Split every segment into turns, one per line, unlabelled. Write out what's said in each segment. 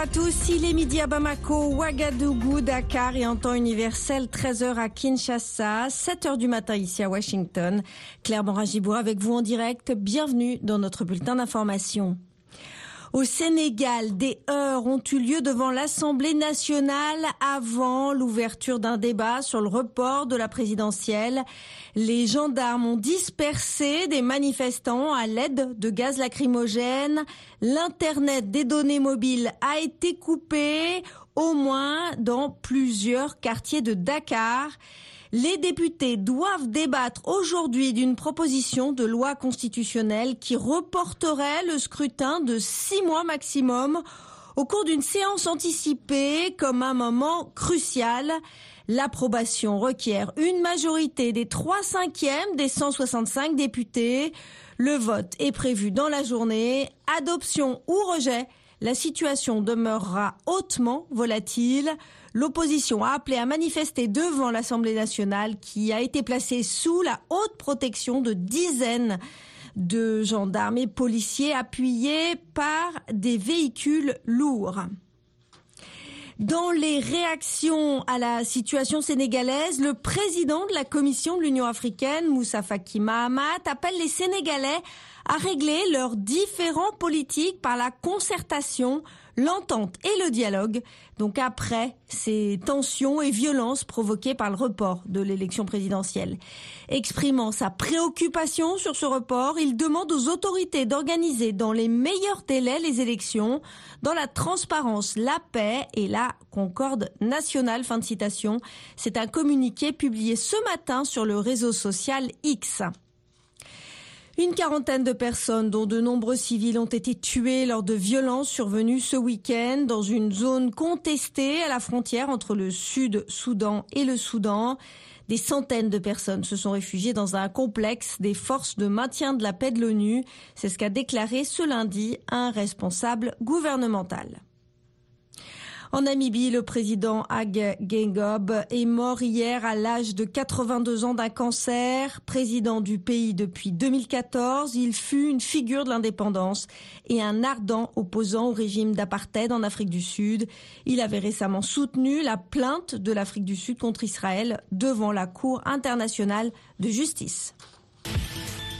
à tous. Il est midi à Bamako, Ouagadougou, Dakar et en temps universel, 13h à Kinshasa, 7h du matin ici à Washington. Claire Moragibourg avec vous en direct. Bienvenue dans notre bulletin d'information. Au Sénégal, des heurts ont eu lieu devant l'Assemblée nationale avant l'ouverture d'un débat sur le report de la présidentielle. Les gendarmes ont dispersé des manifestants à l'aide de gaz lacrymogène. L'Internet des données mobiles a été coupé, au moins dans plusieurs quartiers de Dakar. Les députés doivent débattre aujourd'hui d'une proposition de loi constitutionnelle qui reporterait le scrutin de six mois maximum au cours d'une séance anticipée comme un moment crucial. L'approbation requiert une majorité des trois cinquièmes des 165 députés. Le vote est prévu dans la journée. Adoption ou rejet, la situation demeurera hautement volatile. L'opposition a appelé à manifester devant l'Assemblée nationale qui a été placée sous la haute protection de dizaines de gendarmes et policiers appuyés par des véhicules lourds. Dans les réactions à la situation sénégalaise, le président de la Commission de l'Union africaine, Moussa Faki Mahamat, appelle les Sénégalais à régler leurs différents politiques par la concertation, l'entente et le dialogue. Donc après ces tensions et violences provoquées par le report de l'élection présidentielle. Exprimant sa préoccupation sur ce report, il demande aux autorités d'organiser dans les meilleurs délais les élections, dans la transparence, la paix et la concorde nationale. Fin de citation. C'est un communiqué publié ce matin sur le réseau social X. Une quarantaine de personnes, dont de nombreux civils, ont été tuées lors de violences survenues ce week-end dans une zone contestée à la frontière entre le Sud-Soudan et le Soudan. Des centaines de personnes se sont réfugiées dans un complexe des forces de maintien de la paix de l'ONU. C'est ce qu'a déclaré ce lundi un responsable gouvernemental. En Namibie, le président Hage Geingob est mort hier à l'âge de 82 ans d'un cancer. Président du pays depuis 2014, il fut une figure de l'indépendance et un ardent opposant au régime d'apartheid en Afrique du Sud. Il avait récemment soutenu la plainte de l'Afrique du Sud contre Israël devant la Cour internationale de justice.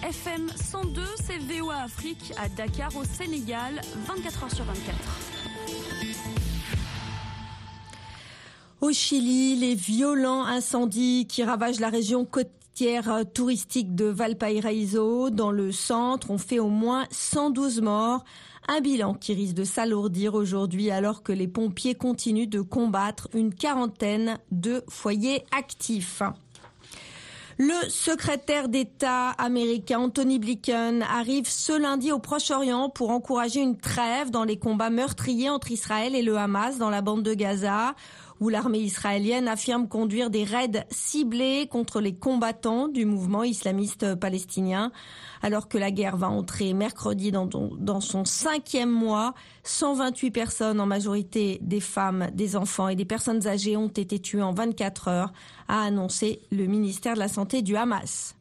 FM 102, c'est VOA Afrique à Dakar au Sénégal, 24h sur 24.
Au Chili, les violents incendies qui ravagent la région côtière touristique de Valparaíso, dans le centre, ont fait au moins 112 morts. Un bilan qui risque de s'alourdir aujourd'hui alors que les pompiers continuent de combattre une quarantaine de foyers actifs. Le secrétaire d'État américain Anthony Blinken arrive ce lundi au Proche-Orient pour encourager une trêve dans les combats meurtriers entre Israël et le Hamas dans la bande de Gaza où l'armée israélienne affirme conduire des raids ciblés contre les combattants du mouvement islamiste palestinien, alors que la guerre va entrer mercredi dans, dans, son cinquième mois. 128 personnes, en majorité des femmes, des enfants et des personnes âgées, ont été tuées en 24 heures, a annoncé le ministère de la Santé du Hamas.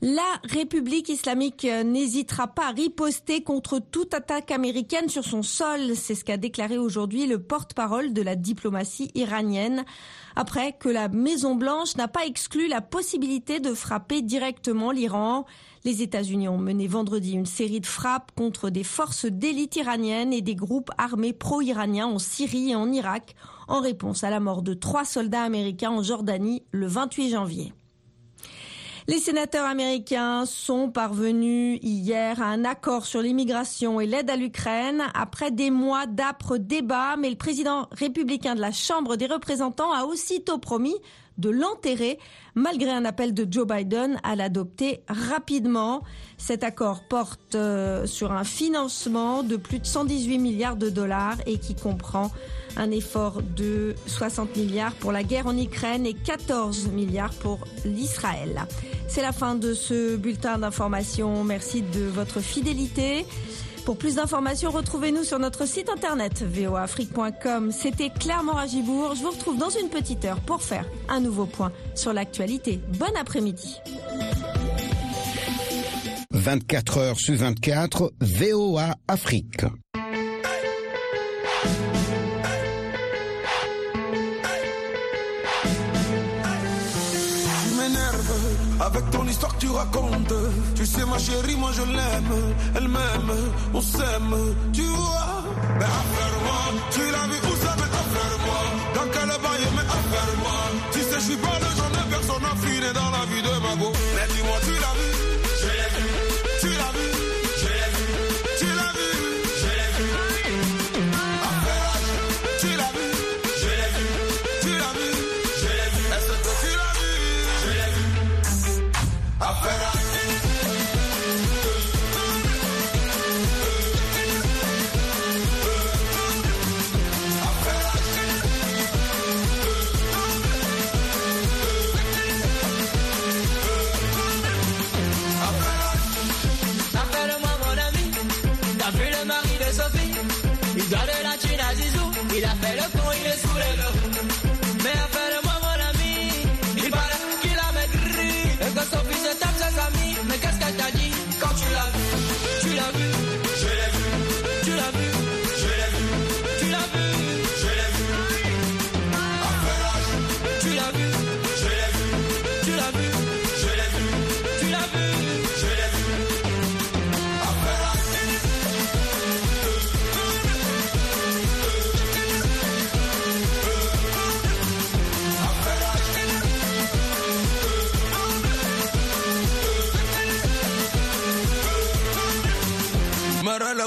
La République islamique n'hésitera pas à riposter contre toute attaque américaine sur son sol. C'est ce qu'a déclaré aujourd'hui le porte-parole de la diplomatie iranienne après que la Maison-Blanche n'a pas exclu la possibilité de frapper directement l'Iran. Les États-Unis ont mené vendredi une série de frappes contre des forces d'élite iraniennes et des groupes armés pro-iraniens en Syrie et en Irak en réponse à la mort de trois soldats américains en Jordanie le 28 janvier. Les sénateurs américains sont parvenus hier à un accord sur l'immigration et l'aide à l'Ukraine après des mois d'âpres débats, mais le président républicain de la Chambre des représentants a aussitôt promis de l'enterrer, malgré un appel de Joe Biden à l'adopter rapidement. Cet accord porte euh, sur un financement de plus de 118 milliards de dollars et qui comprend un effort de 60 milliards pour la guerre en Ukraine et 14 milliards pour l'Israël. C'est la fin de ce bulletin d'information. Merci de votre fidélité. Pour plus d'informations, retrouvez-nous sur notre site internet voafrique.com. C'était Claire Moragibourg. Je vous retrouve dans une petite heure pour faire un nouveau point sur l'actualité. Bon après-midi.
24 heures sur 24, VOA Afrique. Avec ton histoire que tu racontes Tu sais ma chérie moi je l'aime Elle m'aime, on s'aime Tu vois Mais affaire-moi Tu l'as vu où ça met affaire-moi Dans quel bail mais affaire-moi Tu sais je suis pas le genre de personne affinée dans la vie de ma go Mais dis-moi tu l'as vu Je l'ai vu Tu l'as vu Je l'ai vu Tu l'as vu Je l'ai vu Affaire-H, Tu l'as vu Je l'ai vu Tu l'as vu Je l'ai vu Est-ce que tu l'as vu Je l'ai vu Affaire H
Appelle-moi mon ami, t'as vu le mari de Sophie Il doit de la thune à Zizou, il a fait le con, il est sous les verrous Mais appelle-moi mon ami, il paraît qu'il a maigri Et que Sophie se tape ses amis, mais qu'est-ce qu'elle t'a dit quand tu l'as vu Tu l'as vu, je l'ai vu, tu l'as vu, je l'ai vu, tu l'as vu, je l'ai vu tu l'as vu, je l'ai vu, tu l'as vu, je l'ai vu, tu l'as vu, je l'ai vu
Marala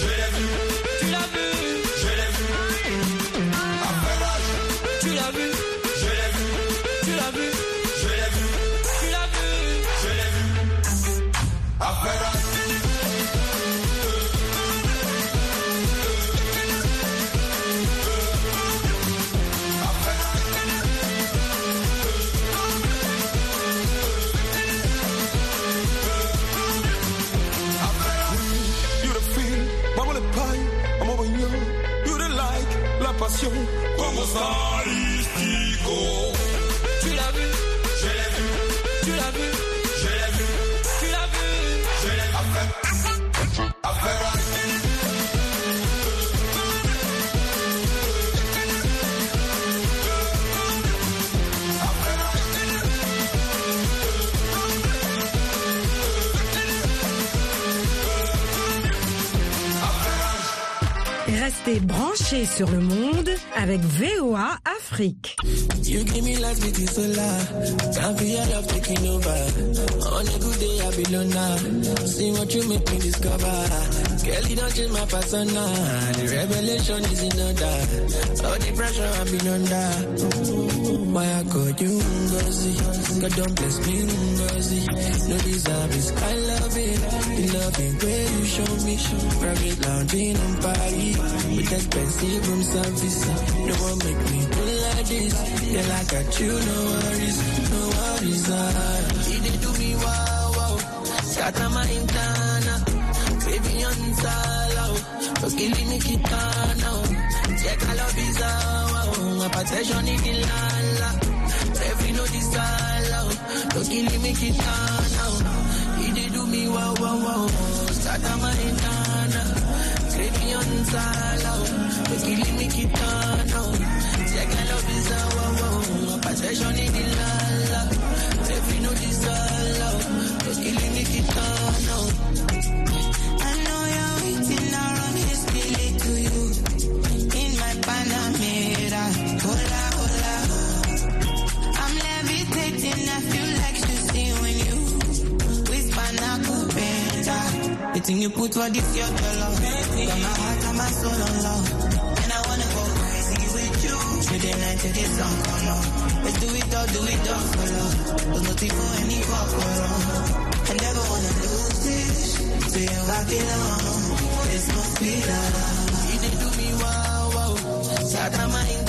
je l'ai vu,
tu l'as vu,
je l'ai vu. Affaire H,
tu l'as vu,
je l'ai vu,
tu l'as vu,
je l'ai vu,
tu l'as vu.
je l'ai vu. Affaire H. Ah, You the feel, maman le paille, maman bagnon. You the like, la passion. Como stylistico.
Tu l'as vu,
Je l'ai vu,
tu l'as vu,
je l'ai vu,
tu l'as vu.
je l'ai vu. Affaire, affaire.
Restez branchés sur le monde avec VOA Afrique.
You give me life, it is so loud. Time for your love taking over. On a good day, I be lonely. See what you make me discover. Girl, you don't change my persona. The revelation is in order. All the pressure I've been under. Ooh, My God, you mercy. God don't bless me, mercy. No deserve is I love it. The loving way you show me. Private lounging in Paris. With expensive room service. No one make me do like this. Girl, I got you, no worries, no worries. ah. You did do me wow, wow. Scatter my intana. Baby, on sala. Just give me kitana. Check all of these wow. My protection in the lala. Every no this sala. Just give me kitana. You did do me wow, wow, wow. Scatter my intana. Baby, on sala. Just give me kitana. Check all of these wow. My protection in the lala. Every no this sala. Just give me kitana. I know you're waiting around this billy to you in my Panamera. Hola, hola. I'm levitating, I feel like you see when you with Panacopenta. The thing you put for this your girl, love. Got my heart and my soul on love. And I wanna go crazy with you. Through the night till the sun come up. Let's do it all, do it all for love. Don't nothing for any fuck for love. I never wanna lose this. To you I belong. There's no fear. You did do me wow wow. Sata my